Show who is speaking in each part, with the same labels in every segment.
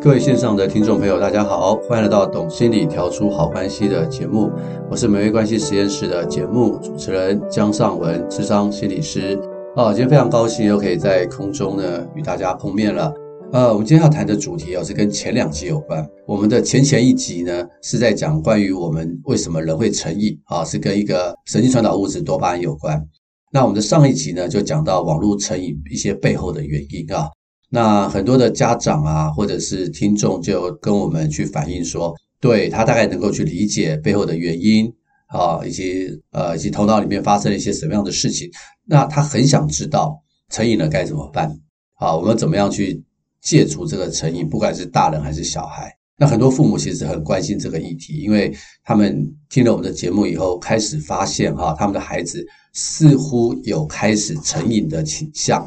Speaker 1: 各位线上的听众朋友，大家好，欢迎来到《懂心理调出好关系》的节目，我是美味关系实验室的节目主持人江尚文，智商心理师。啊，今天非常高兴又可以在空中呢与大家碰面了。呃，我们今天要谈的主题哦是跟前两集有关。我们的前前一集呢是在讲关于我们为什么人会成瘾啊，是跟一个神经传导物质多巴胺有关。那我们的上一集呢就讲到网络成瘾一些背后的原因啊。那很多的家长啊，或者是听众就跟我们去反映说，对他大概能够去理解背后的原因啊，以及呃以及头脑里面发生了一些什么样的事情。那他很想知道成瘾了该怎么办啊？我们怎么样去戒除这个成瘾？不管是大人还是小孩，那很多父母其实很关心这个议题，因为他们听了我们的节目以后，开始发现哈、他们的孩子似乎有开始成瘾的倾向。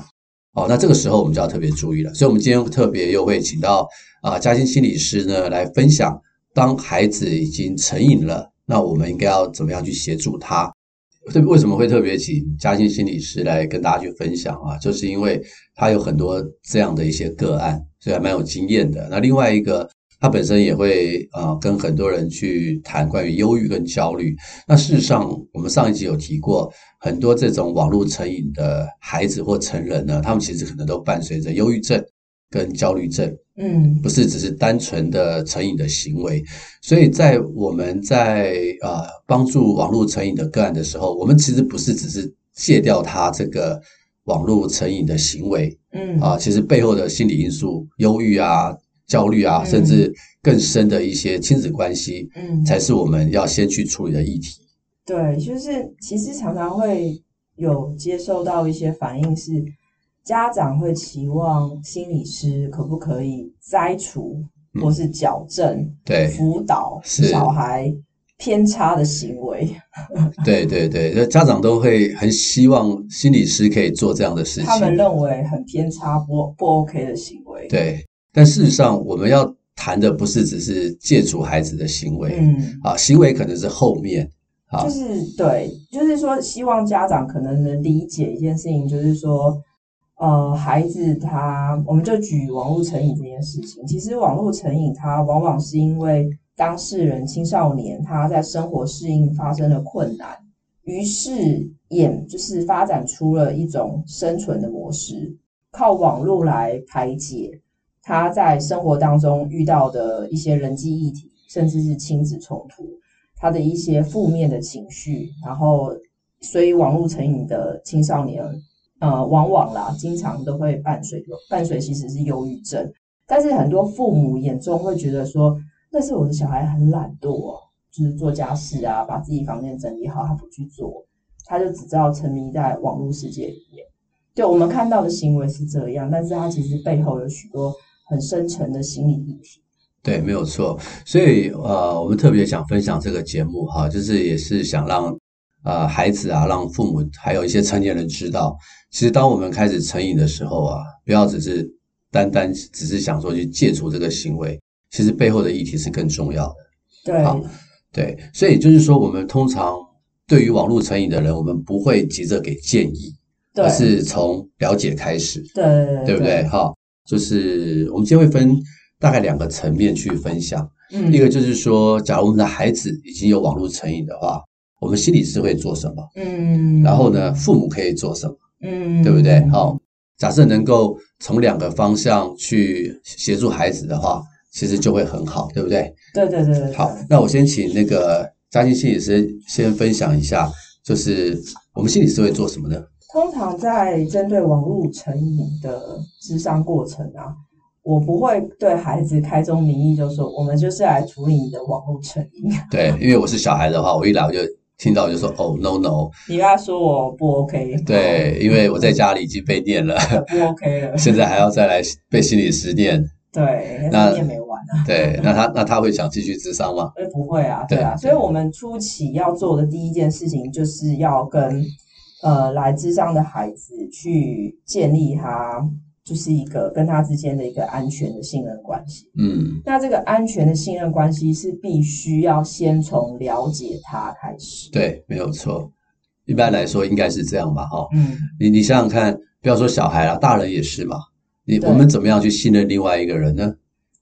Speaker 1: 哦，那这个时候我们就要特别注意了。所以，我们今天特别又会请到啊，嘉、欣心理师呢来分享，当孩子已经成瘾了，那我们应该要怎么样去协助他？特别为什么会特别请嘉欣心理师来跟大家去分享啊？就是因为他有很多这样的一些个案，所以还蛮有经验的。那另外一个，他本身也会啊、呃跟很多人去谈关于忧郁跟焦虑。那事实上，我们上一集有提过，很多这种网络成瘾的孩子或成人呢，他们其实可能都伴随着忧郁症跟焦虑症。
Speaker 2: 嗯
Speaker 1: 不是只是单纯的成瘾的行为，所以在我们在呃帮助网络成瘾的个案的时候，我们其实不是只是戒掉他这个网络成瘾的行为
Speaker 2: 嗯
Speaker 1: 啊、其实背后的心理因素，忧郁啊、焦虑啊，
Speaker 2: 嗯
Speaker 1: 甚至更深的一些亲子关系，
Speaker 2: 嗯，
Speaker 1: 才是我们要先去处理的议题。
Speaker 2: 对，就是其实常常会有接受到一些反应是，家长会期望心理师可不可以摘除
Speaker 1: 嗯
Speaker 2: 或是矫正、
Speaker 1: 对，
Speaker 2: 辅导
Speaker 1: 是
Speaker 2: 小孩偏差的行为，
Speaker 1: 对对对，所以家长都会很希望心理师可以做这样的事情。
Speaker 2: 他们认为很偏差不不 OK 的行为。
Speaker 1: 对，但事实上我们要谈的不是只是戒除孩子的行为、
Speaker 2: 嗯，
Speaker 1: 啊，行为可能是后面啊
Speaker 2: 就是对，就是说希望家长可能能理解一件事情，就是说，呃，孩子他，我们就举网络成瘾这件事情，其实网络成瘾它往往是因为当事人青少年他在生活适应发生了困难，于是演就是发展出了一种生存的模式，靠网络来排解他在生活当中遇到的一些人际议题，甚至是亲子冲突。他的一些负面的情绪，然后所以网络成瘾的青少年，呃，往往啦，经常都会伴随伴随其实是忧郁症，但是很多父母眼中会觉得说，那是我的小孩很懒惰、哦，就是做家事啊，把自己房间整理好，他不去做，他就只知道沉迷在网络世界里面。对我们看到的行为是这样，但是他其实背后有许多很深沉的心理议题。
Speaker 1: 对，没有错。所以呃，我们特别想分享这个节目哈、就是也是想让呃孩子啊，让父母还有一些成年人知道，其实当我们开始成瘾的时候啊，不要只是单单只是想说去戒除这个行为，其实背后的议题是更重要的。
Speaker 2: 对，
Speaker 1: 好对，所以就是说，我们通常对于网络成瘾的人，我们不会急着给建议，
Speaker 2: 对
Speaker 1: 而，是从了解开始，
Speaker 2: 对，
Speaker 1: 对不对？？哈，就是我们今天会分大概两个层面去分享。
Speaker 2: 嗯，
Speaker 1: 一个就是说，假如我们的孩子已经有网络成瘾的话，我们心理师会做什么？
Speaker 2: 嗯，
Speaker 1: 然后呢，父母可以做什么？
Speaker 2: 嗯，
Speaker 1: 对不对？好、假设能够从两个方向去协助孩子的话，其实就会很好，对不对？
Speaker 2: 对对对对，对
Speaker 1: 好，那我先请那个嘉欣心理师先分享一下，就是我们心理师会做什么呢？
Speaker 2: 通常在针对网络成瘾的智商过程啊，我不会对孩子开宗明义就说我们就是来处理你的网络成瘾，
Speaker 1: 对，因为我是小孩的话，我一来我就听到我就说哦 no no，
Speaker 2: 你不要说我不 OK，
Speaker 1: 对，因为我在家里已经被念了，
Speaker 2: 不 OK 了，
Speaker 1: 现在还要再来被心理师念，
Speaker 2: 对，
Speaker 1: 那
Speaker 2: 那你也没完啊，
Speaker 1: 对，那他那他会想继续智商吗？
Speaker 2: 哎，不会啊，
Speaker 1: 对
Speaker 2: 对啊，所以我们初期要做的第一件事情就是要跟呃来智商的孩子去建立他就是一个跟他之间的一个安全的信任关系。
Speaker 1: 嗯，
Speaker 2: 那这个安全的信任关系是必须要先从了解他开始。
Speaker 1: 对，没有错，一般来说应该是这样吧，哈、
Speaker 2: 嗯，
Speaker 1: 你你想想看，不要说小孩啦，大人也是嘛，你
Speaker 2: 对
Speaker 1: 我们怎么样去信任另外一个人呢？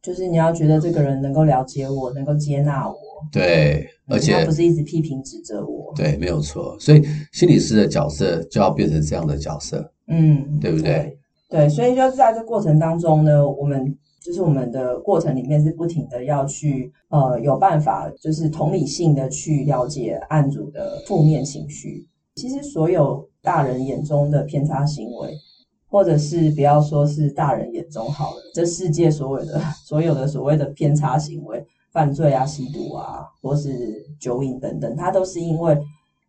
Speaker 2: 就是你要觉得这个人能够了解我，能够接纳我，
Speaker 1: 对，而且
Speaker 2: 他不是一直批评指责我。
Speaker 1: 对，没有错。所以心理师的角色就要变成这样的角色，
Speaker 2: 嗯，
Speaker 1: 对不对？
Speaker 2: 对，所以就是在这过程当中呢，我们就是我们的过程里面是不停的要去呃有办法，就是同理性的去了解案主的负面情绪。其实所有大人眼中的偏差行为，或者是不要说是大人眼中好了，这世界所有的所有的所谓的偏差行为，犯罪啊、吸毒啊，或是酒瘾等等，它都是因为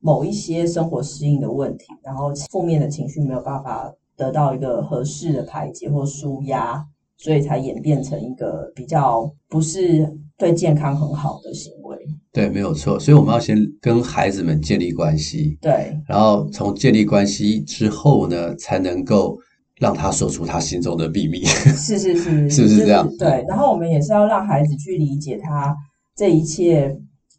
Speaker 2: 某一些生活适应的问题，然后负面的情绪没有办法得到一个合适的排解或舒压，所以才演变成一个比较不是对健康很好的行为。
Speaker 1: 对，没有错。所以我们要先跟孩子们建立关系，
Speaker 2: 对，
Speaker 1: 然后从建立关系之后呢，才能够让他说出他心中的秘密。
Speaker 2: 是是是，
Speaker 1: 是不是这样
Speaker 2: 就是对，然后我们也是要让孩子去理解他这一切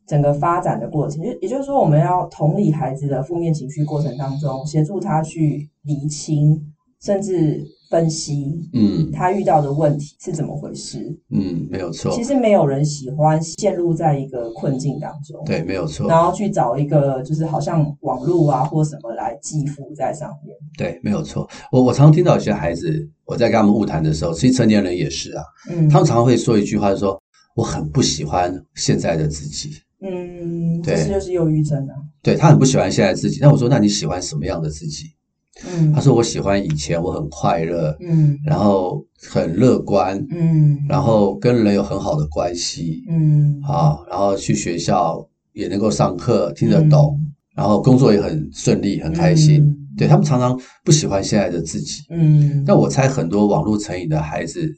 Speaker 2: 整个发展的过程，就也就是说，我们要同理孩子的负面情绪过程当中，协助他去厘清，甚至分析
Speaker 1: 嗯
Speaker 2: 他遇到的问题是怎么回事。
Speaker 1: 嗯，没有错
Speaker 2: 其。实没有人喜欢陷入在一个困境当中，
Speaker 1: 对，没有错。
Speaker 2: 然后去找一个就是好像网络啊或什么来寄附在上面。
Speaker 1: 对，没有错。我我常听到有些孩子，我在跟他们物谈的时候，其实成年人也是啊，
Speaker 2: 嗯，
Speaker 1: 他们常会说一句话，就说我很不喜欢现在的自己。
Speaker 2: 嗯，
Speaker 1: 对
Speaker 2: 这是就是忧郁症啊。
Speaker 1: 对他很不喜欢现在的自己。那我说，那你喜欢什么样的自己？
Speaker 2: 嗯
Speaker 1: 他说我喜欢以前我很快乐，
Speaker 2: 嗯
Speaker 1: 然后很乐观，
Speaker 2: 嗯，
Speaker 1: 然后跟人有很好的关系
Speaker 2: 嗯，
Speaker 1: 啊，然后去学校也能够上课，听得懂，然后工作也很顺利，很
Speaker 2: 嗯，
Speaker 1: 开心。对他们常常不喜欢现在的自己。
Speaker 2: 嗯，嗯，
Speaker 1: 那我猜很多网络成瘾的孩子，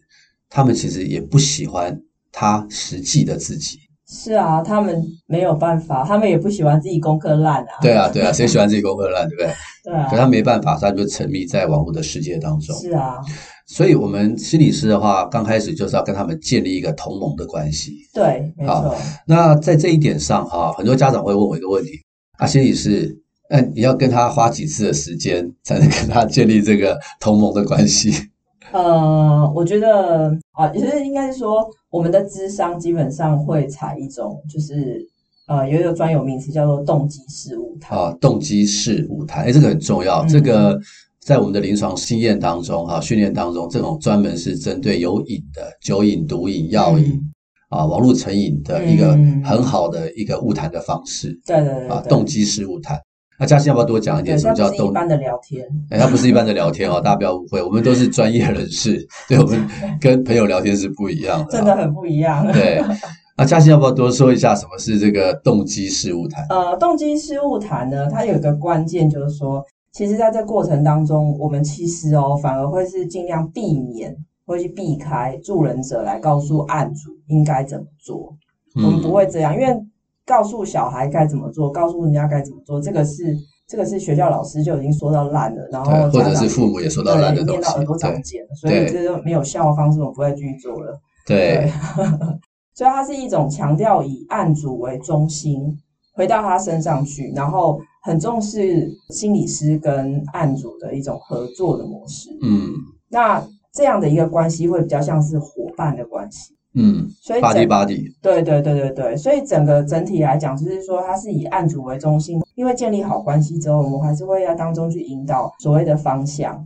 Speaker 1: 他们其实也不喜欢他实际的自己。
Speaker 2: 是啊，他们没有办法，他们也不喜欢自己功课烂啊，
Speaker 1: 对啊，对啊，谁喜欢自己功课烂，对不对？
Speaker 2: 对
Speaker 1: 可
Speaker 2: 啊，
Speaker 1: 他没办法，他就沉迷在网络的世界当中。
Speaker 2: 是啊，
Speaker 1: 所以，我们心理师的话，刚开始就是要跟他们建立一个同盟的关系。
Speaker 2: 对，没
Speaker 1: 好
Speaker 2: 错，
Speaker 1: 那在这一点上哈、很多家长会问我一个问题：啊，心理师，那你要跟他花几次的时间才能跟他建立这个同盟的关系？
Speaker 2: 呃，我觉得啊，就是应该是说，我们的智商基本上会采一种，就是呃，有一个专有名词叫做动机事物它
Speaker 1: 啊，动机式舞台，哎，这个很重要。
Speaker 2: 嗯
Speaker 1: 这个在我们的临床经验当中哈、训练当中，这种专门是针对有瘾的、酒瘾、毒瘾、药瘾、
Speaker 2: 嗯
Speaker 1: 啊、网络成瘾的一个
Speaker 2: 嗯
Speaker 1: 很好的一个物谈的方式。
Speaker 2: 对对对
Speaker 1: 啊，
Speaker 2: 对
Speaker 1: 动机式物谈。那嘉欣要不要多讲一点
Speaker 2: 对，
Speaker 1: 什么
Speaker 2: 它
Speaker 1: 叫
Speaker 2: 不是一
Speaker 1: 动？
Speaker 2: 般的嗯聊天，
Speaker 1: 哎，它不是一般的聊天哦，大家不要误会，我们都是专业人士，对我们跟朋友聊天是不一样的。哦
Speaker 2: 真的。很不一样。
Speaker 1: 对，那嘉欣要不要多说一下什么是这个动机式物谈？
Speaker 2: 呃，动机失误谈呢，它有一个关键就是说，其实在这过程当中，我们其实哦，反而会是尽量避免，会去避开助人者来告诉案主应该怎么做。
Speaker 1: 嗯
Speaker 2: 我们不会这样，因为告诉小孩该怎么做，告诉人家该怎么做，这个是这个是学校老师就已经说到烂了，然后
Speaker 1: 对，或
Speaker 2: 家
Speaker 1: 者
Speaker 2: 长
Speaker 1: 是父母也说到烂的
Speaker 2: 对
Speaker 1: 东
Speaker 2: 念到耳朵
Speaker 1: 西，
Speaker 2: 长
Speaker 1: 对
Speaker 2: 茧了，所以
Speaker 1: 对
Speaker 2: 这就没有效的方式，我们不会继续做了。
Speaker 1: 对
Speaker 2: 对，所以它是一种强调以案主为中心，回到他身上去，然后很重视心理师跟案主的一种合作的模式。
Speaker 1: 嗯
Speaker 2: 那这样的一个关系会比较像是伙伴的关系，
Speaker 1: 嗯，
Speaker 2: 所以
Speaker 1: 巴蒂
Speaker 2: 整
Speaker 1: 巴蒂，
Speaker 2: 对对对对对，所以整个整体来讲，就是说它是以案主为中心，因为建立好关系之后，我们还是会在当中去引导所谓的方向，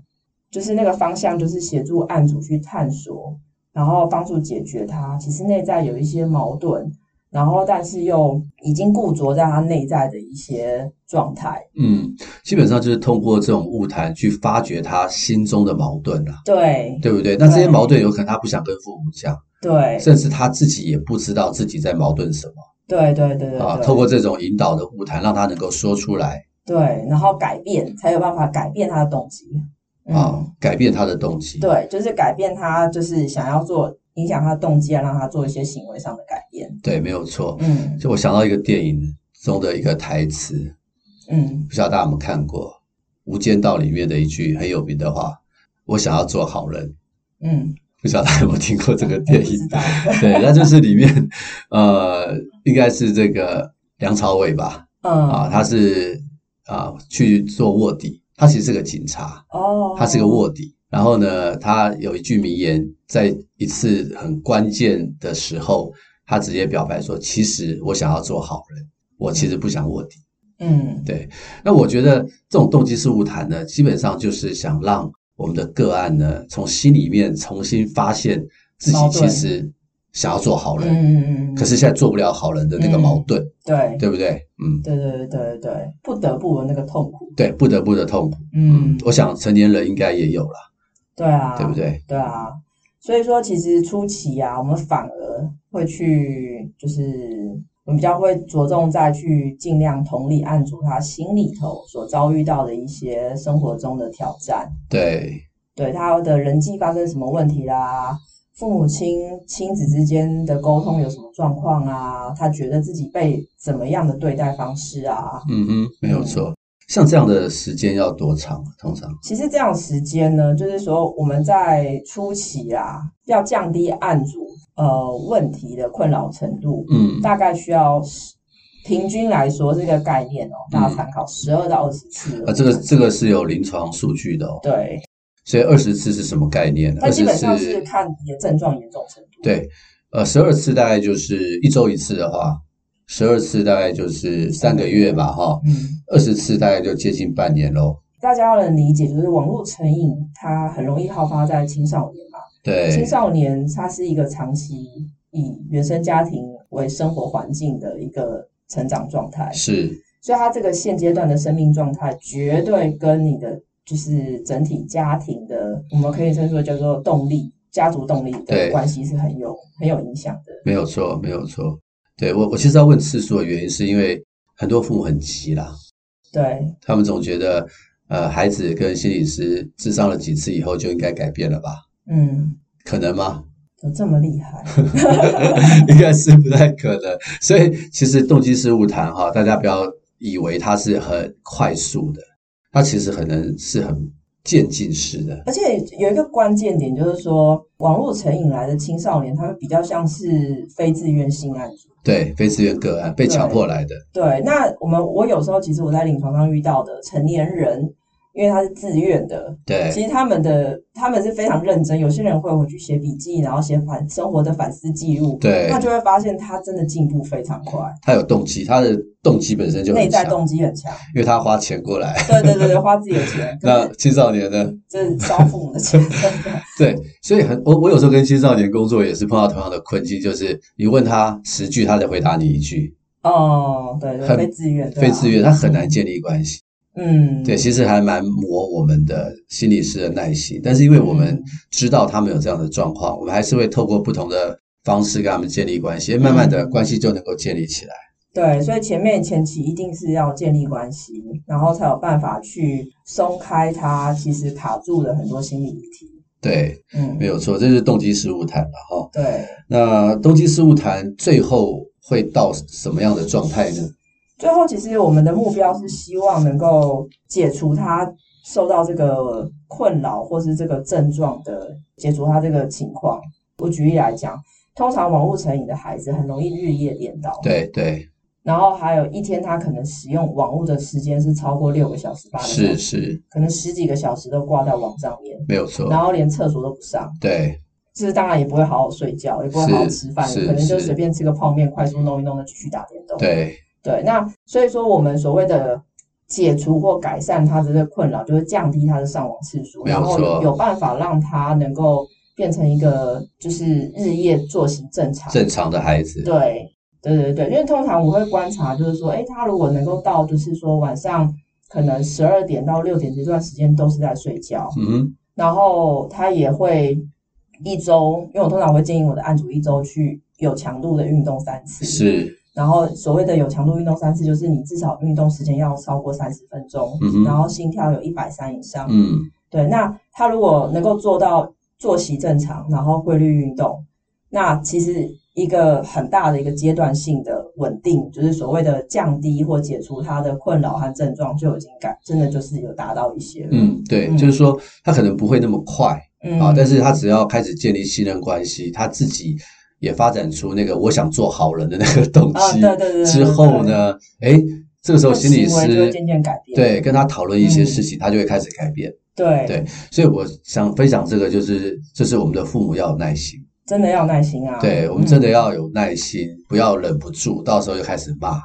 Speaker 2: 就是那个方向就是协助案主去探索，然后帮助解决他其实内在有一些矛盾，然后但是又已经固着在他内在的一些状态。
Speaker 1: 嗯，基本上就是通过这种物谈去发掘他心中的矛盾啊，
Speaker 2: 对
Speaker 1: 对不对？那这些
Speaker 2: 对
Speaker 1: 矛盾有可能他不想跟父母讲，
Speaker 2: 对
Speaker 1: 甚至他自己也不知道自己在矛盾什么。
Speaker 2: 对对对对
Speaker 1: 啊，
Speaker 2: 对，
Speaker 1: 透过这种引导的物谈，让他能够说出来
Speaker 2: 对，然后改变才有办法改变他的动机。嗯
Speaker 1: 啊，改变他的动机。
Speaker 2: 对，就是改变他，就是想要做影响他的动机啊，让他做一些行为上的改变。
Speaker 1: 对，没有错。
Speaker 2: 嗯
Speaker 1: 就我想到一个电影中的一个台词，
Speaker 2: 嗯，
Speaker 1: 不晓得大家有没有看过《无间道》里面的一句很有名的话：“我想要做好人。
Speaker 2: 嗯，”
Speaker 1: 不晓得大家有没有听过这个
Speaker 2: 我
Speaker 1: 电
Speaker 2: 不知
Speaker 1: 影？
Speaker 2: 道。
Speaker 1: 对，那就是里面，呃，应该是这个梁朝伟吧？
Speaker 2: 嗯
Speaker 1: 啊，他是啊去做卧底，他他其实是个警察，
Speaker 2: 哦，
Speaker 1: 他是个卧底。然后呢，他有一句名言，在一次很关键的时候，他直接表白说：“其实我想要做好人，我其实不想卧底。”
Speaker 2: 嗯，
Speaker 1: 那我觉得这种动机式误谈呢，基本上就是想让我们的个案呢，从心里面重新发现自己
Speaker 2: 矛
Speaker 1: 其
Speaker 2: 盾
Speaker 1: 实想要做好
Speaker 2: 嗯
Speaker 1: 人，
Speaker 2: 嗯嗯嗯，
Speaker 1: 可是现在做不了好人的那个矛盾，
Speaker 2: 对
Speaker 1: 对不对？嗯，
Speaker 2: 对对对对对，不得不的那个痛苦，
Speaker 1: 对，不得不的痛苦。
Speaker 2: 嗯，
Speaker 1: 我想成年人应该也有啦，
Speaker 2: 对啊，
Speaker 1: 对不？对？
Speaker 2: 对啊，所以说其实初期啊，我们反而会去，就是我们比较会着重在去尽量同理按住他心里头所遭遇到的一些生活中的挑战，
Speaker 1: 对，
Speaker 2: 对他的人际发生什么问题啦，父母亲亲子之间的沟通有什么状况啊，他觉得自己被怎么样的对待方式啊，
Speaker 1: 嗯哼，没有错。像这样的时间要多长？啊通常，
Speaker 2: 其实这样时间呢，就是说我们在初期啊，要降低案主呃问题的困扰程度，
Speaker 1: 嗯，
Speaker 2: 大概需要十平均来说这个概念哦，大家参考十二到二十次。
Speaker 1: 嗯啊，这个这个是有临床数据的哦。
Speaker 2: 对，
Speaker 1: 所以二十次是什么概念呢？
Speaker 2: 它呃基
Speaker 1: 20
Speaker 2: 本上
Speaker 1: 次
Speaker 2: 是看你的症状严重程度。
Speaker 1: 对，呃，十二次大概就是一周一次的话，十二次大概就是三个月吧，哈，
Speaker 2: 嗯，
Speaker 1: 二十次大概就接近半年喽。
Speaker 2: 大家要能理解，就是网络成瘾，它很容易好发在青少年嘛。青
Speaker 1: 对，
Speaker 2: 少年他是一个长期以原生家庭为生活环境的一个成长状态。
Speaker 1: 是，
Speaker 2: 所以他这个现阶段的生命状态，绝对跟你的就是整体家庭的，我们可以称之为叫做动力、家族动力
Speaker 1: 对
Speaker 2: 的关系是很有很有影响的。
Speaker 1: 没有错，没有错。对我，我其实要问次数的原因，是因为很多父母很急啦，
Speaker 2: 对，
Speaker 1: 他们总觉得，呃，孩子跟心理师智商了几次以后就应该改变了吧？
Speaker 2: 嗯，
Speaker 1: 可能吗？
Speaker 2: 怎么这么厉害？
Speaker 1: 应该是不太可能。所以其实动机式误谈哈，大家不要以为它是很快速的，它其实可能是很渐进式的。
Speaker 2: 而且有一个关键点就是说，网络成瘾来的青少年，他们比较像是非自愿性案组。
Speaker 1: 对，非自愿个案被强迫来的，
Speaker 2: 对，那我们我有时候其实我在临床上遇到的成年人，因为他是自愿的，
Speaker 1: 对
Speaker 2: 其实他们的他们是非常认真，有些人会回去写笔记，然后写反生活的反思记录，
Speaker 1: 对
Speaker 2: 那，就会发现他真的进步非常快，
Speaker 1: 他有动机，他的动机本身就
Speaker 2: 内
Speaker 1: 很
Speaker 2: 在
Speaker 1: 强，
Speaker 2: 动机很强。
Speaker 1: 因为他花钱过来。
Speaker 2: 对对对对，花自己 的钱，可
Speaker 1: 那
Speaker 2: 是
Speaker 1: 青少年呢？
Speaker 2: 这是烧父母的钱，真的
Speaker 1: 对，所以很我我有时候跟青少年工作也是碰到同样的困境，就是你问他十句，他才回答你一句，
Speaker 2: 哦，对对，
Speaker 1: 很
Speaker 2: 非自愿，对啊
Speaker 1: 非自愿，他很难建立关系。
Speaker 2: 嗯，
Speaker 1: 对，其实还蛮磨我们的心理师的耐心，但是因为我们
Speaker 2: 嗯
Speaker 1: 知道他们有这样的状况，我们还是会透过不同的方式跟他们建立关系，慢慢的关系就能够建立起来。
Speaker 2: 对，所以前面前期一定是要建立关系，然后才有办法去松开他其实卡住的很多心理议题，
Speaker 1: 对，
Speaker 2: 嗯
Speaker 1: 没，有错，这是动机失误谈了哈。
Speaker 2: 对。
Speaker 1: 那动机失误谈最后会到什么样的状态呢？
Speaker 2: 最后，其实我们的目标是希望能够解除他受到这个困扰或是这个症状的，解除他这个情况。我举例来讲，通常网络成瘾的孩子很容易日夜颠倒，
Speaker 1: 对对，
Speaker 2: 然后还有一天他可能使用网络的时间是超过六个小时、八个小
Speaker 1: 是
Speaker 2: 时，
Speaker 1: 是，
Speaker 2: 可能十几个小时都挂在网上面，
Speaker 1: 没有错
Speaker 2: 然，后连厕所都不上。
Speaker 1: 对
Speaker 2: 就是当然也不会好好睡觉，也不会好好
Speaker 1: 是
Speaker 2: 吃饭，
Speaker 1: 是
Speaker 2: 可能就是随便吃个泡面，快速弄一弄，就继续打电动。
Speaker 1: 对
Speaker 2: 对，那所以说我们所谓的解除或改善他的这个困扰，就是降低他的上网次数，
Speaker 1: 没有
Speaker 2: 然后
Speaker 1: 错
Speaker 2: 有有办法让他能够变成一个就是日夜作息正常。
Speaker 1: 正常的孩子，
Speaker 2: 对，对对对，因为通常我会观察，就是说，诶，他如果能够到，就是说晚上可能十二点到六点这段时间都是在睡觉，
Speaker 1: 嗯哼，
Speaker 2: 然后他也会一周，因为我通常会建议我的案主一周去有强度的运动三次，
Speaker 1: 是，
Speaker 2: 然后所谓的有强度运动三次，就是你至少运动时间要超过三十分钟，
Speaker 1: 嗯哼
Speaker 2: 然后心跳有一百三以上。
Speaker 1: 嗯，
Speaker 2: 对，那他如果能够做到作息正常，然后规律运动，那其实一个很大的一个阶段性的稳定，就是所谓的降低或解除他的困扰和症状，就已经改，真的就是有达到一些了。
Speaker 1: 嗯，对，
Speaker 2: 嗯
Speaker 1: 就是说他可能不会那么快。
Speaker 2: 嗯
Speaker 1: 啊，但是他只要开始建立信任关系，他自己也发展出那个我想做好人的那个动
Speaker 2: 啊，
Speaker 1: 机
Speaker 2: 对对对对，
Speaker 1: 之后呢，哎，这个时候心理
Speaker 2: 行为就会
Speaker 1: 师
Speaker 2: 渐渐改变。
Speaker 1: 对跟他讨论一些
Speaker 2: 嗯
Speaker 1: 事情，他就会开始改变。
Speaker 2: 对
Speaker 1: 对所以我想分享这个，就是这是我们的父母要有耐心，
Speaker 2: 真的要有耐心啊！
Speaker 1: 对我们真的
Speaker 2: 嗯、
Speaker 1: 要有耐心，不要忍不住，到时候就开始骂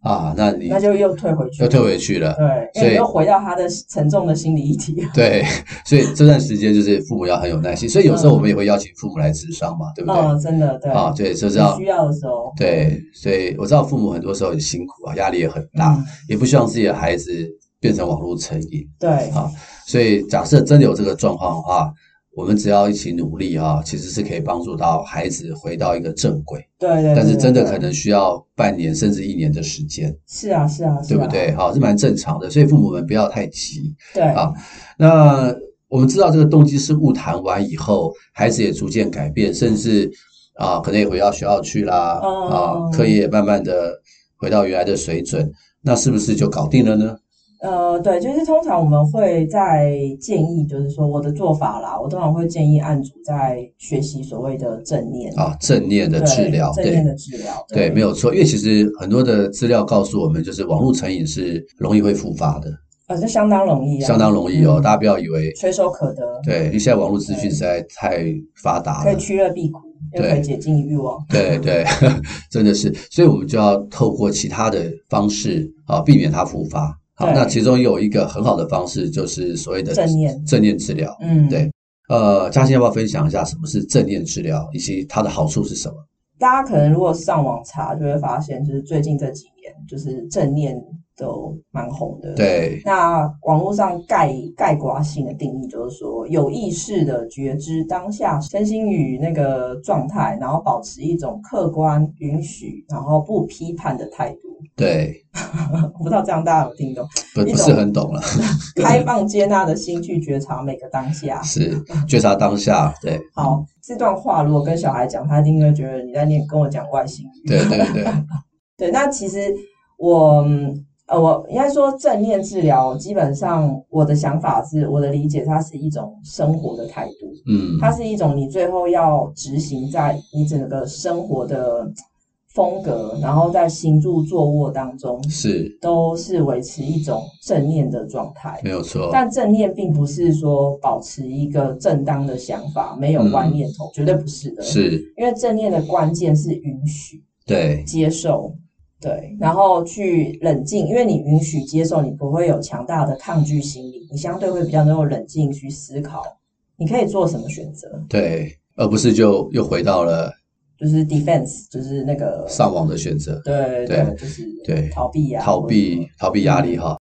Speaker 1: 啊，那你
Speaker 2: 那就嗯又退回去，
Speaker 1: 又退回去了。
Speaker 2: 对，因
Speaker 1: 所
Speaker 2: 为
Speaker 1: 以
Speaker 2: 你又回到他的沉重的心理议题。
Speaker 1: 对， 所以这段时间就是父母要很有耐心，所以有时候我们也会邀请父母来治商嘛，对不对？
Speaker 2: 嗯，真的对
Speaker 1: 啊，对，就是
Speaker 2: 你
Speaker 1: 要
Speaker 2: 需要的时候，
Speaker 1: 对，所以我知道父母很多时候很辛苦啊，压力也很大，
Speaker 2: 嗯
Speaker 1: 也不希望自己的孩子变成网络成瘾。
Speaker 2: 对
Speaker 1: 啊所以假设真的有这个状况的话，我们只要一起努力啊，其实是可以帮助到孩子回到一个正轨。
Speaker 2: 对对对，
Speaker 1: 但是真的
Speaker 2: 对
Speaker 1: 可能需要半年甚至一年的时间，
Speaker 2: 是啊是啊，是
Speaker 1: 对
Speaker 2: 啊
Speaker 1: 不？对？好，这蛮正常的，所以父母们不要太急。
Speaker 2: 对
Speaker 1: 啊那我们知道这个动机是误谈完以后，孩子也逐渐改变，甚至啊，可能也回到学校去啦，
Speaker 2: 哦
Speaker 1: 啊，课业也慢慢的回到原来的水准，那是不是就搞定了呢？
Speaker 2: 呃，对，就是通常我们会在建议，就是说我的做法啦，我通常会建议案主在学习所谓的正念
Speaker 1: 啊，正念的
Speaker 2: 对
Speaker 1: 治疗，
Speaker 2: 正念
Speaker 1: 对
Speaker 2: 的治疗，
Speaker 1: 对，没有错，因为其实很多的资料告诉我们，就是网络成瘾是容易会复发的，
Speaker 2: 呃，这相当容易啊，
Speaker 1: 相当容易哦，
Speaker 2: 嗯
Speaker 1: 大家不要以为。
Speaker 2: 垂手可得，
Speaker 1: 对，因为现在网络资讯实在太发达
Speaker 2: 可以
Speaker 1: 了，
Speaker 2: 趋乐避苦，又
Speaker 1: 对
Speaker 2: 可以解禁欲望。
Speaker 1: 对对，真的是，所以我们就要透过其他的方式啊，避免它复发。好，
Speaker 2: 对
Speaker 1: 那其中有一个很好的方式，就是所谓的
Speaker 2: 正念
Speaker 1: 正念治疗。
Speaker 2: 嗯，
Speaker 1: 对呃，嘉欣要不要分享一下什么是正念治疗，以及它的好处是什么？
Speaker 2: 大家可能如果上网查，就会发现，就是最近这几年，就是正念都蛮红的。。
Speaker 1: 对
Speaker 2: 那网络上概概括性的定义就是说，有意识的觉知当下身心与那个状态，然后保持一种客观、允许，然后不批判的态度。
Speaker 1: 对，
Speaker 2: 我不知道这样大家有听懂？
Speaker 1: 不
Speaker 2: 一
Speaker 1: 不是
Speaker 2: 种
Speaker 1: 很懂了，
Speaker 2: 开放接纳的心去觉察每个当下。
Speaker 1: 是觉察当下。对
Speaker 2: 好，这段话如果跟小孩讲，他一定会觉得你在念跟我讲外星语。
Speaker 1: 对对 对，
Speaker 2: 对，那其实我嗯呃，我应该说正念治疗，基本上我的想法是，我的理解，它是一种生活的态度，
Speaker 1: 嗯，
Speaker 2: 它是一种你最后要执行在你整个生活的风格，然后在行住坐卧当中，
Speaker 1: 是
Speaker 2: 都是维持一种正念的状态。
Speaker 1: 没有错。
Speaker 2: 但正念并不是说保持一个正当的想法，没有歪
Speaker 1: 嗯
Speaker 2: 念头，绝对不是的。
Speaker 1: 是，
Speaker 2: 因为正念的关键是允许，
Speaker 1: 对
Speaker 2: 接受，对，然后去冷静，因为你允许接受，你不会有强大的抗拒心理，你相对会比较能够冷静去思考，你可以做什么选择，
Speaker 1: 对，而不是就又回到了
Speaker 2: 就是 defense，就是那个，
Speaker 1: 上网的选择。
Speaker 2: 对
Speaker 1: 对
Speaker 2: 就是
Speaker 1: 对
Speaker 2: 逃避啊，
Speaker 1: 逃避逃避压
Speaker 2: 嗯
Speaker 1: 力哈。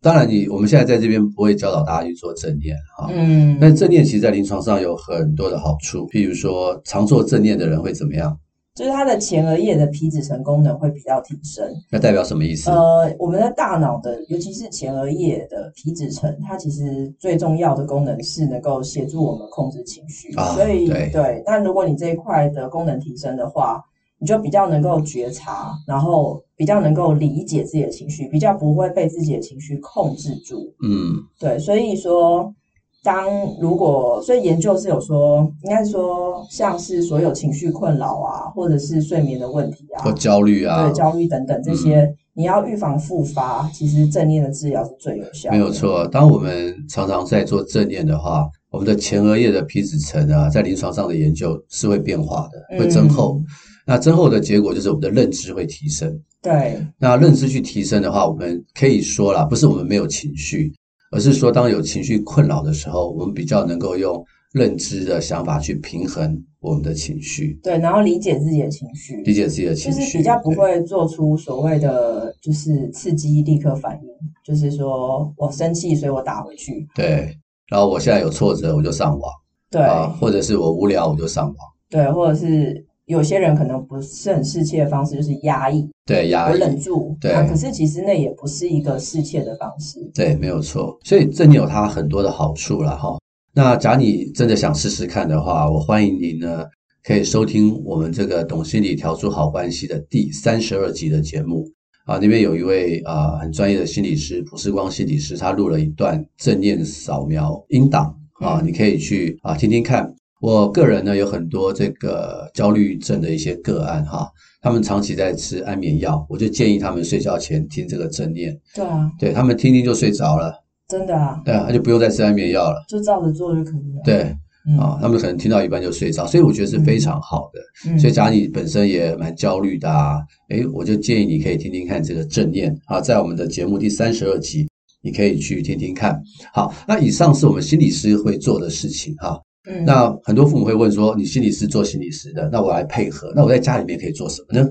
Speaker 1: 当然你，我们现在在这边不会教导大家去做正念哈
Speaker 2: 或。者什么，嗯，
Speaker 1: 但正念其实，在临床上有很多的好处，譬如说，常做正念的人会怎么样？
Speaker 2: 就是它的前额叶的皮质层功能会比较提升，
Speaker 1: 那代表什么意思？
Speaker 2: 呃，我们的大脑的，尤其是前额叶的皮质层，它其实最重要的功能是能够协助我们控制情绪。
Speaker 1: 啊
Speaker 2: 所以
Speaker 1: 对
Speaker 2: 对，但如果你这一块的功能提升的话，你就比较能够觉察，然后比较能够理解自己的情绪，比较不会被自己的情绪控制住。
Speaker 1: 嗯，
Speaker 2: 对，所以说。当如果所以研究是有说，应该说像是所有情绪困扰啊，或者是睡眠的问题啊，
Speaker 1: 或焦虑啊
Speaker 2: 对，焦虑等等这些，
Speaker 1: 嗯
Speaker 2: 你要预防复发，其实正念的治疗是最有效的。
Speaker 1: 没有错。当我们常常在做正念的话，我们的前额叶的皮质层啊，在临床上的研究是会变化的，
Speaker 2: 嗯，
Speaker 1: 会增厚。那增厚的结果就是我们的认知会提升。
Speaker 2: 对，
Speaker 1: 那认知去提升的话，我们可以说啦，不是我们没有情绪，而是说当有情绪困扰的时候，我们比较能够用认知的想法去平衡我们的情绪，
Speaker 2: 对，然后理解自己的情绪，
Speaker 1: 理解自己的
Speaker 2: 就
Speaker 1: 情
Speaker 2: 是
Speaker 1: 绪，
Speaker 2: 比较不
Speaker 1: 对
Speaker 2: 会做出所谓的就是刺激立刻反应，就是说我生气，所以我打回去。
Speaker 1: 对。然后我现在有挫折，我就上网
Speaker 2: 对、
Speaker 1: 啊，或者是我无聊我就上网，
Speaker 2: 对，或者是有些人可能不是很适切的方式，就是压抑，
Speaker 1: 对压
Speaker 2: 我
Speaker 1: 抑，
Speaker 2: 忍住。
Speaker 1: 对
Speaker 2: 啊可是其实那也不是一个适切的方式。
Speaker 1: 对，没有错。所以正念有它很多的好处啦。哈。那假如你真的想试试看的话，我欢迎你呢可以收听我们这个《懂心理调出好关系》的第三十二集的节目啊，那边有一位啊、很专业的心理师普世光心理师，他录了一段正念扫描音档啊，
Speaker 2: 嗯
Speaker 1: 你可以去啊听听看。我个人呢有很多这个焦虑症的一些个案哈、他们长期在吃安眠药，我就建议他们睡觉前听这个正念，
Speaker 2: 对啊，
Speaker 1: 对他们听听就睡着了，
Speaker 2: 真的啊，
Speaker 1: 对啊，他就不用再吃安眠药了，
Speaker 2: 就照着做就可以了。
Speaker 1: 对
Speaker 2: 嗯，
Speaker 1: 啊，他们可能听到一半就睡着，所以我觉得是非常好的。
Speaker 2: 嗯，
Speaker 1: 所以，假如你本身也蛮焦虑的啊，诶，我就建议你可以听听看这个正念啊，在我们的节目第三十二集，你可以去听听看。好，那以上是我们心理师会做的事情哈、
Speaker 2: 嗯
Speaker 1: 那很多父母会问说，你心理师做心理师的，那我来配合，那我在家里面可以做什么呢？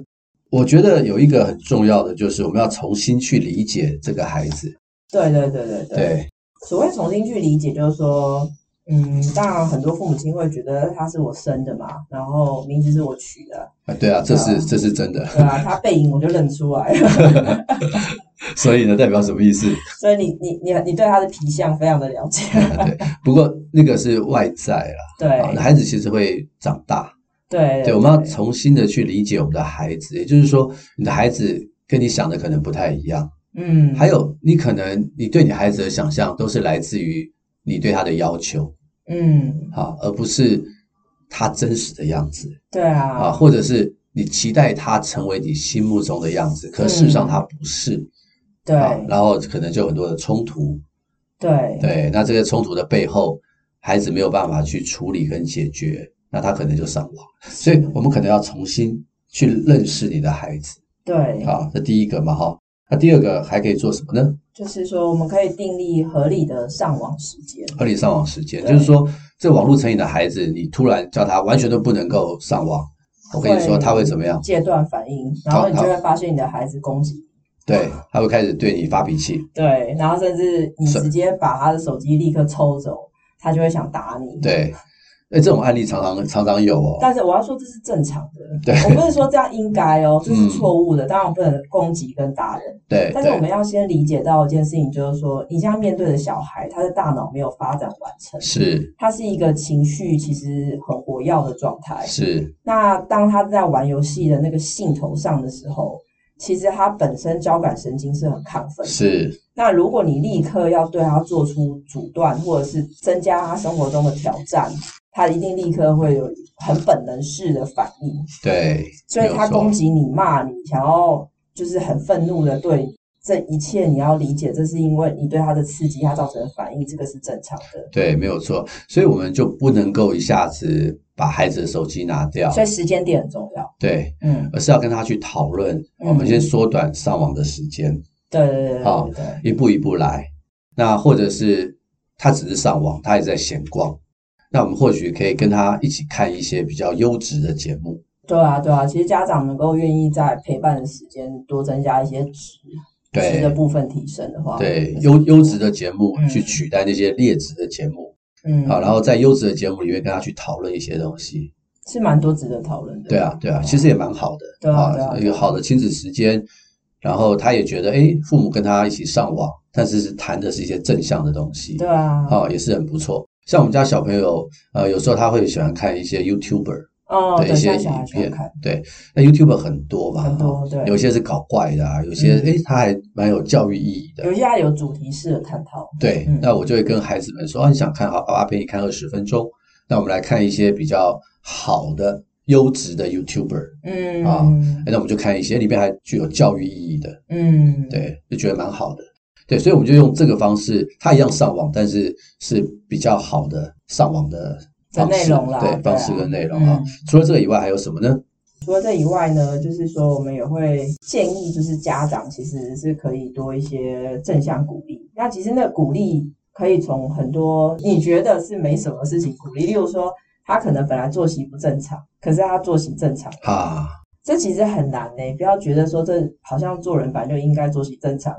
Speaker 1: 我觉得有一个很重要的就是我们要重新去理解这个孩子，
Speaker 2: 对对对对对，
Speaker 1: 对
Speaker 2: 所谓重新去理解，就是说，嗯，当然很多父母亲会觉得他是我生的嘛，然后名字是我取的，
Speaker 1: 啊，对啊，这
Speaker 2: 对
Speaker 1: 是
Speaker 2: 啊
Speaker 1: 这是真的，
Speaker 2: 对啊，他背影我就认出来 了，
Speaker 1: 所以呢，代表什么意思？
Speaker 2: 所以你你你你对他的皮相非常的了解，
Speaker 1: 对，不过那个是外在啦，
Speaker 2: 对
Speaker 1: 啊，孩子其实会长大，
Speaker 2: 对
Speaker 1: 对，我们要重新的去理解我们的孩子，也就是说，你的孩子跟你想的可能不太一样，
Speaker 2: 嗯，
Speaker 1: 还有你可能你对你孩子的想象都是来自于你对他的要求
Speaker 2: 嗯，
Speaker 1: 啊，而不是他真实的样子
Speaker 2: 对啊，
Speaker 1: 啊，或者是你期待他成为你心目中的样子，可事实上他不是
Speaker 2: 嗯对
Speaker 1: 啊，然后可能就有很多的冲突，
Speaker 2: 对
Speaker 1: 对，那这些冲突的背后，孩子没有办法去处理跟解决，那他可能就上网。所以我们可能要重新去认识你的孩子
Speaker 2: 对，
Speaker 1: 啊，这第一个嘛哈。那第二个还可以做什么呢？
Speaker 2: 就是说我们可以订立合理的上网时间，
Speaker 1: 合理上网时间，
Speaker 2: 对
Speaker 1: 就是说这网络成瘾的孩子，你突然叫他完全都不能够上网，我跟你说
Speaker 2: 会
Speaker 1: 他会怎么样？
Speaker 2: 戒断反应，然后你就会发现你的孩子攻击。
Speaker 1: 对，他会开始对你发脾气。
Speaker 2: 对，然后甚至你
Speaker 1: 是
Speaker 2: 直接把他的手机立刻抽走，他就会想打你。，
Speaker 1: 对，哎，这种案例常常常常有哦。
Speaker 2: 但是我要说这是正常的，
Speaker 1: 对
Speaker 2: 我不是说这样应该哦，这 是
Speaker 1: 嗯
Speaker 2: 错误的。当然不能攻击跟打人，
Speaker 1: 对
Speaker 2: 但是我
Speaker 1: 对，
Speaker 2: 们要先理解到一件事情，就是说你现在面对的小孩，他的大脑没有发展完成，
Speaker 1: 是
Speaker 2: 他是一个情绪其实很活跃的状态。
Speaker 1: 是，
Speaker 2: 那当他在玩游戏的那个兴头上的时候，其实他本身交感神经是很亢奋的。
Speaker 1: 是
Speaker 2: 那如果你立刻要对他做出阻断，或者是增加他生活中的挑战，他一定立刻会有很本能式的反应，
Speaker 1: 对，
Speaker 2: 所以他
Speaker 1: 没有错
Speaker 2: 攻击你、骂你，想要就是很愤怒的对你这一切，你要理解，这是因为你对他的刺激，他造成的反应，这个是正常的。
Speaker 1: 对，没有错。所以我们就不能够一下子把孩子的手机拿掉
Speaker 2: 所，以时间点很重要。
Speaker 1: 对，
Speaker 2: 嗯，
Speaker 1: 而是要跟他去讨论，
Speaker 2: 嗯
Speaker 1: 我们先缩短上网的时间，
Speaker 2: 对对对
Speaker 1: 好
Speaker 2: 对对，
Speaker 1: 一步一步来。那或者是他只是上网，他也在闲逛，那我们或许可以跟他一起看一些比较优质的节目。
Speaker 2: 对啊对啊。其实家长能够愿意在陪伴的时间多增加一些值值的
Speaker 1: 对
Speaker 2: 部分提升的话，
Speaker 1: 对，优优质的节目
Speaker 2: 嗯
Speaker 1: 去取代那些劣质的节目，
Speaker 2: 嗯，
Speaker 1: 好，然后在优质的节目里面跟他去讨论一些东西。
Speaker 2: 是蛮多值得讨论的。
Speaker 1: 对啊，对啊，其实也蛮好的
Speaker 2: 对啊对啊
Speaker 1: 一个好的亲子时间。然后他也觉得，哎，父母跟他一起上网，但是是谈的是一些正向的东西。
Speaker 2: 对啊，
Speaker 1: 哦，也是很不错。像我们家小朋友，呃，有时候他会喜欢看一些 YouTuber
Speaker 2: 哦，
Speaker 1: 的一
Speaker 2: 对，
Speaker 1: 些
Speaker 2: 像小
Speaker 1: 影
Speaker 2: 孩喜欢
Speaker 1: 片
Speaker 2: 看，，
Speaker 1: 对，那 YouTuber 很多嘛，
Speaker 2: 很多
Speaker 1: 哦
Speaker 2: 对
Speaker 1: 有些是搞怪的啊，有些
Speaker 2: 嗯
Speaker 1: 诶，他还蛮有教育意义的
Speaker 2: 有，些还有主题式的探讨。
Speaker 1: 对
Speaker 2: 嗯。
Speaker 1: 那我就会跟孩子们说，啊，你想看好，爸爸陪你看二十分钟，那我们来看一些比较好的、优质的 YouTuber，
Speaker 2: 嗯
Speaker 1: 啊诶那我们就看一些里面还具有教育意义的，
Speaker 2: 嗯，，
Speaker 1: 对，就觉得蛮好的。对，所以我们就用这个方式，他一样上网，但是是比较好的上网的
Speaker 2: 的
Speaker 1: 方
Speaker 2: 内
Speaker 1: 式，
Speaker 2: 容啦，
Speaker 1: 对，方式
Speaker 2: 啊
Speaker 1: 跟内容啊
Speaker 2: 嗯。
Speaker 1: 除了这个以外，还有什么呢？
Speaker 2: 除了这以外呢，就是说我们也会建议，就是家长其实是可以多一些正向鼓励。那其实那个鼓励可以从很多你觉得是没什么事情鼓励，例如说他可能本来作息不正常，可是他作息正常。
Speaker 1: 啊，
Speaker 2: 这其实很难呢、不要觉得说这好像做人本来就应该作息正常，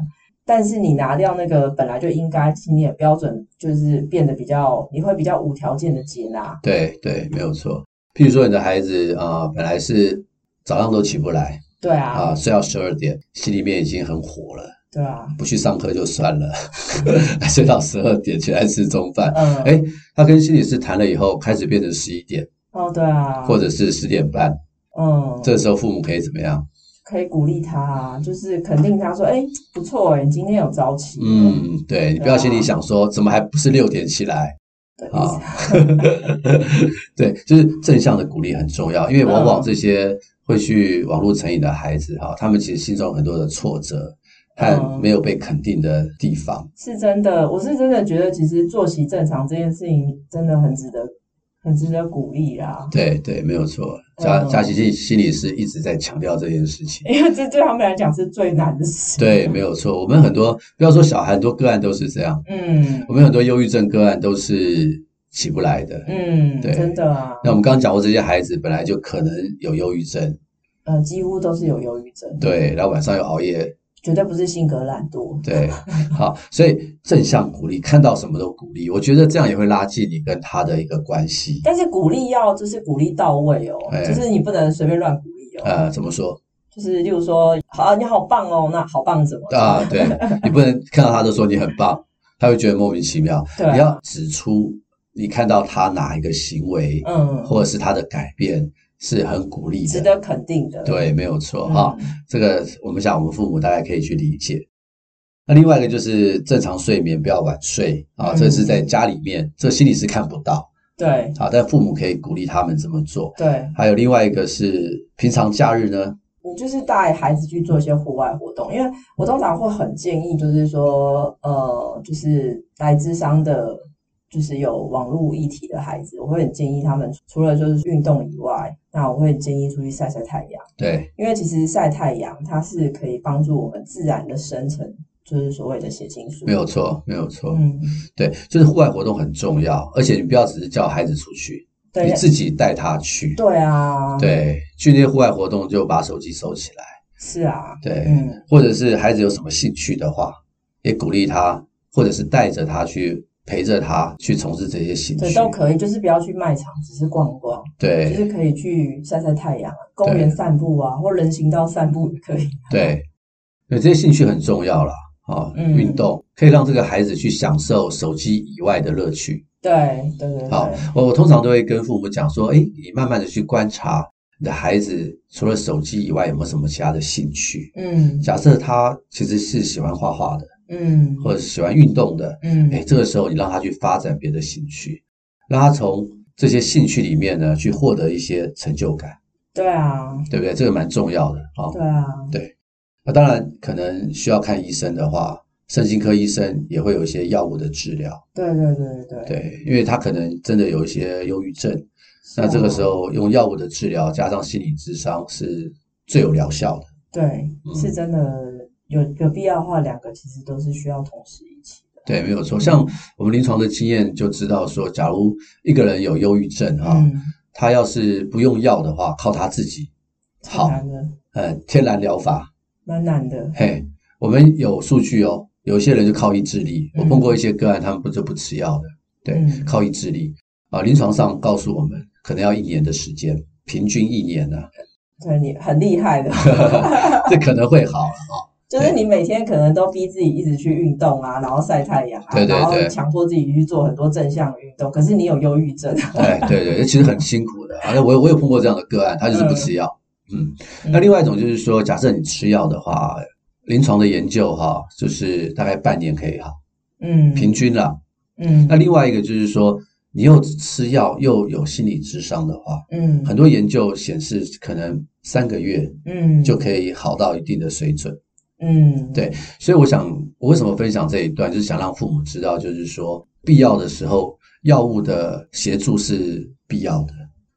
Speaker 2: 但是你拿掉那个本来就应该，其实你的标准就是变得比较，你会比较无条件的接纳。
Speaker 1: 对对，没有错。譬如说，你的孩子啊、本来是早上都起不来
Speaker 2: 对啊，
Speaker 1: 啊，睡到十二点，心里面已经很火了，
Speaker 2: 对啊，
Speaker 1: 不去上课就算了， 还睡到十二点起来吃中饭。
Speaker 2: 嗯，
Speaker 1: 哎他跟心理师谈了以后，开始变成十一点
Speaker 2: 哦，对啊，
Speaker 1: 或者是十点半，
Speaker 2: 嗯，
Speaker 1: 这时候父母可以怎么样？
Speaker 2: 可以鼓励他啊，就是肯定他说，哎，不错哎，你今天有早起，，
Speaker 1: 嗯，对你不要心里想说怎么还不是六点起来
Speaker 2: 对，啊 嗯
Speaker 1: 啊？对，就是正向的鼓励很重要，因为往往这些会去网络成瘾的孩子哈，他们其实心中有很多的挫折
Speaker 2: 嗯
Speaker 1: 和没有被肯定的地方。
Speaker 2: 是真的，我是真的觉得，其实作息正常这件事情真的很值得，很值得鼓励啦。
Speaker 1: 对对，没有错。佳
Speaker 2: 嗯
Speaker 1: 佳琪心心理师一直在强调这件事情。
Speaker 2: 因为这对他们来讲是最难的事。，
Speaker 1: 对，没有错。我们很多不要说小孩，很多个案都是这样。
Speaker 2: 嗯
Speaker 1: 我们很多忧郁症个案都是起不来的。
Speaker 2: 嗯，
Speaker 1: 对
Speaker 2: 真的啊，
Speaker 1: 那我们刚刚讲过，这些孩子本来就可能有忧郁症，
Speaker 2: 呃，几乎都是有忧郁症，，
Speaker 1: 对，然后晚上又熬夜，
Speaker 2: 绝对不是性格懒惰。
Speaker 1: 对，好，所以正向鼓励，看到什么都鼓励，我觉得这样也会拉近你跟他的一个关系。
Speaker 2: 但是鼓励要就是鼓励到位哦，
Speaker 1: 哎
Speaker 2: 就是你不能随便乱鼓励哦。
Speaker 1: 呃，怎么说
Speaker 2: 就是例如说，好、啊，你好棒哦，那好棒怎么了？
Speaker 1: 啊？对你不能看到他都说你很棒，他会觉得莫名其妙。
Speaker 2: 对啊
Speaker 1: 你要指出你看到他哪一个行为，
Speaker 2: 嗯，
Speaker 1: 或者是他的改变是很鼓励
Speaker 2: 值
Speaker 1: 的。
Speaker 2: 得肯定的。
Speaker 1: 对，没有错
Speaker 2: 嗯，
Speaker 1: 哈。这个我们想，我们父母大概可以去理解。那另外一个就是正常睡眠，不要晚睡啊，
Speaker 2: 嗯
Speaker 1: 这是在家里面，这心理是看不到
Speaker 2: 对
Speaker 1: 啊，但父母可以鼓励他们这么做。
Speaker 2: 对，
Speaker 1: 还有另外一个是平常假日呢，
Speaker 2: 你就是带孩子去做一些户外活动，因为我通常会很建议，就是说，呃，就是来智商的，就是有网络议题的孩子，我会很建议他们除了就是运动以外，那我会建议出去晒晒太阳，
Speaker 1: 对
Speaker 2: 因为其实晒太阳它是可以帮助我们自然的生成，就是所谓的血清素。
Speaker 1: 没有错，没有错，
Speaker 2: 嗯，
Speaker 1: 对，就是户外活动很重要，而且你不要只是叫孩子出去，
Speaker 2: 对
Speaker 1: 你自己带他去，
Speaker 2: 对啊，，
Speaker 1: 对，去那些户外活动就把手机收起来，
Speaker 2: 是啊，
Speaker 1: 对，
Speaker 2: 嗯，
Speaker 1: 或者是孩子有什么兴趣的话，也鼓励他，或者是带着他去陪着他去从事这些兴
Speaker 2: 这
Speaker 1: 趣，
Speaker 2: 都可以，就是不要去卖场，只是逛逛，就
Speaker 1: 对
Speaker 2: 是可以去晒晒太阳啊，公园
Speaker 1: 对
Speaker 2: 散步啊，或人行道散步也可以。
Speaker 1: 对，对，这些兴趣很重要啦。啊、
Speaker 2: 嗯
Speaker 1: 运动可以让这个孩子去享受手机以外的乐趣。
Speaker 2: 对对对
Speaker 1: 好
Speaker 2: 对，
Speaker 1: 我我通常都会跟父母讲说，哎，你慢慢的去观察你的孩子除了手机以外有没有什么其他的兴趣。
Speaker 2: 嗯
Speaker 1: 假设他其实是喜欢画画的，
Speaker 2: 嗯
Speaker 1: 或者是喜欢运动的，哎，
Speaker 2: 嗯
Speaker 1: 这个时候你让他去发展别的兴趣，让他从这些兴趣里面呢去获得一些成就感，
Speaker 2: 对啊
Speaker 1: 对不对？这个蛮重要的啊。
Speaker 2: 对啊，
Speaker 1: 那当然，可能需要看医生的话，身心科医生也会有一些药物的治疗，
Speaker 2: 对对对对对，
Speaker 1: 对，因为他可能真的有一些忧郁症，那这个时候嗯
Speaker 2: 哦
Speaker 1: 用药物的治疗加上心理智商是最有疗效的。
Speaker 2: 对
Speaker 1: 嗯
Speaker 2: 是真的有有必要的话，两个其实都是需要同时一起的。
Speaker 1: 对，没有错。像我们临床的经验就知道说，假如一个人有忧郁症哈、
Speaker 2: 嗯，
Speaker 1: 他要是不用药的话，靠他自己
Speaker 2: 超
Speaker 1: 好
Speaker 2: 难的，
Speaker 1: 呃，天然疗法，
Speaker 2: 蛮难的。
Speaker 1: 嘿，我们有数据哦，有些人就靠意志力，我
Speaker 2: 嗯
Speaker 1: 碰过一些个案，他们不就不吃药的，对，
Speaker 2: 嗯
Speaker 1: 靠意志力啊，临床上告诉我们，可能要一年的时间，平均一年呢、
Speaker 2: 对你很厉害的，
Speaker 1: 这可能会好了啊、
Speaker 2: 就是你每天可能都逼自己一直去运动啊，然后晒太阳啊，
Speaker 1: 对对
Speaker 2: 然后
Speaker 1: 对
Speaker 2: 强迫自己去做很多正向运动，可是你有忧郁症。啊
Speaker 1: 哎，对对，其实很辛苦的，啊，那我有我有碰过这样的个案，他就是不吃药，嗯，那另外一种就是说，假设你吃药的话，临床的研究哈、就是大概半年可以好，
Speaker 2: 嗯
Speaker 1: 平均啦、
Speaker 2: 嗯
Speaker 1: 那另外一个就是说，你又吃药又有心理智商的话，
Speaker 2: 嗯
Speaker 1: 很多研究显示，可能三个月
Speaker 2: 嗯
Speaker 1: 就可以好到一定的水准。
Speaker 2: 嗯
Speaker 1: 对所以，我想我为什么分享这一段，就是想让父母知道，就是说必要的时候，药物的协助是必要的。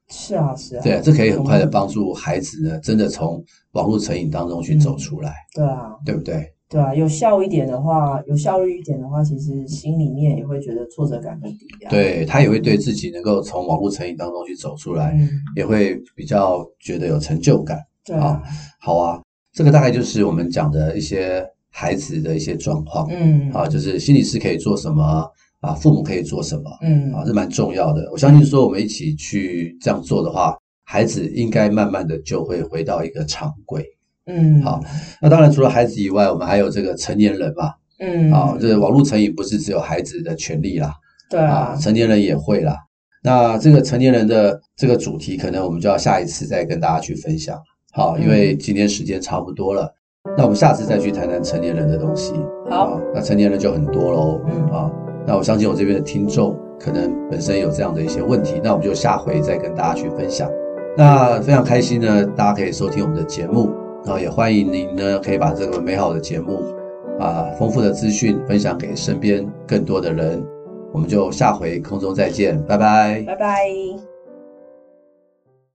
Speaker 2: 是啊是啊
Speaker 1: 对，这可以很快的帮助孩子呢，真的从网络成瘾当中去走出来，
Speaker 2: 对啊。
Speaker 1: 对不对？
Speaker 2: 对啊，有效一点的话，有效率一点的话，其实心里面也会觉得挫折感更低啊。，
Speaker 1: 对他也会对自己能够从网络成瘾当中去走出来，
Speaker 2: 嗯，
Speaker 1: 也会比较觉得有成就感。
Speaker 2: 对啊，
Speaker 1: 好啊，这个大概就是我们讲的一些孩子的一些状况。
Speaker 2: 嗯，
Speaker 1: 啊，就是心理师可以做什么啊，父母可以做什么
Speaker 2: 嗯，
Speaker 1: 啊，这蛮重要的。我相信说我们一起去这样做的话，孩子应该慢慢的就会回到一个常规。
Speaker 2: 嗯，
Speaker 1: 好，那当然除了孩子以外，我们还有这个成年人嘛，
Speaker 2: 嗯，
Speaker 1: 啊，这个网络成瘾不是只有孩子的权利啦，
Speaker 2: 对啊
Speaker 1: 啊，，成年人也会啦。那这个成年人的这个主题，可能我们就要下一次再跟大家去分享。好，因
Speaker 2: 嗯
Speaker 1: 为今天时间差不多了，那我们下次再去谈谈成年人的东西。
Speaker 2: 好
Speaker 1: 啊，那成年人就很多喽。
Speaker 2: 嗯
Speaker 1: 啊，那我相信我这边的听众可能本身有这样的一些问题，那我们就下回再跟大家去分享。那非常开心呢，大家可以收听我们的节目，然后也欢迎您呢可以把这个美好的节目啊丰富的资讯分享给身边更多的人。我们就下回空中再见，拜拜。
Speaker 2: 拜拜。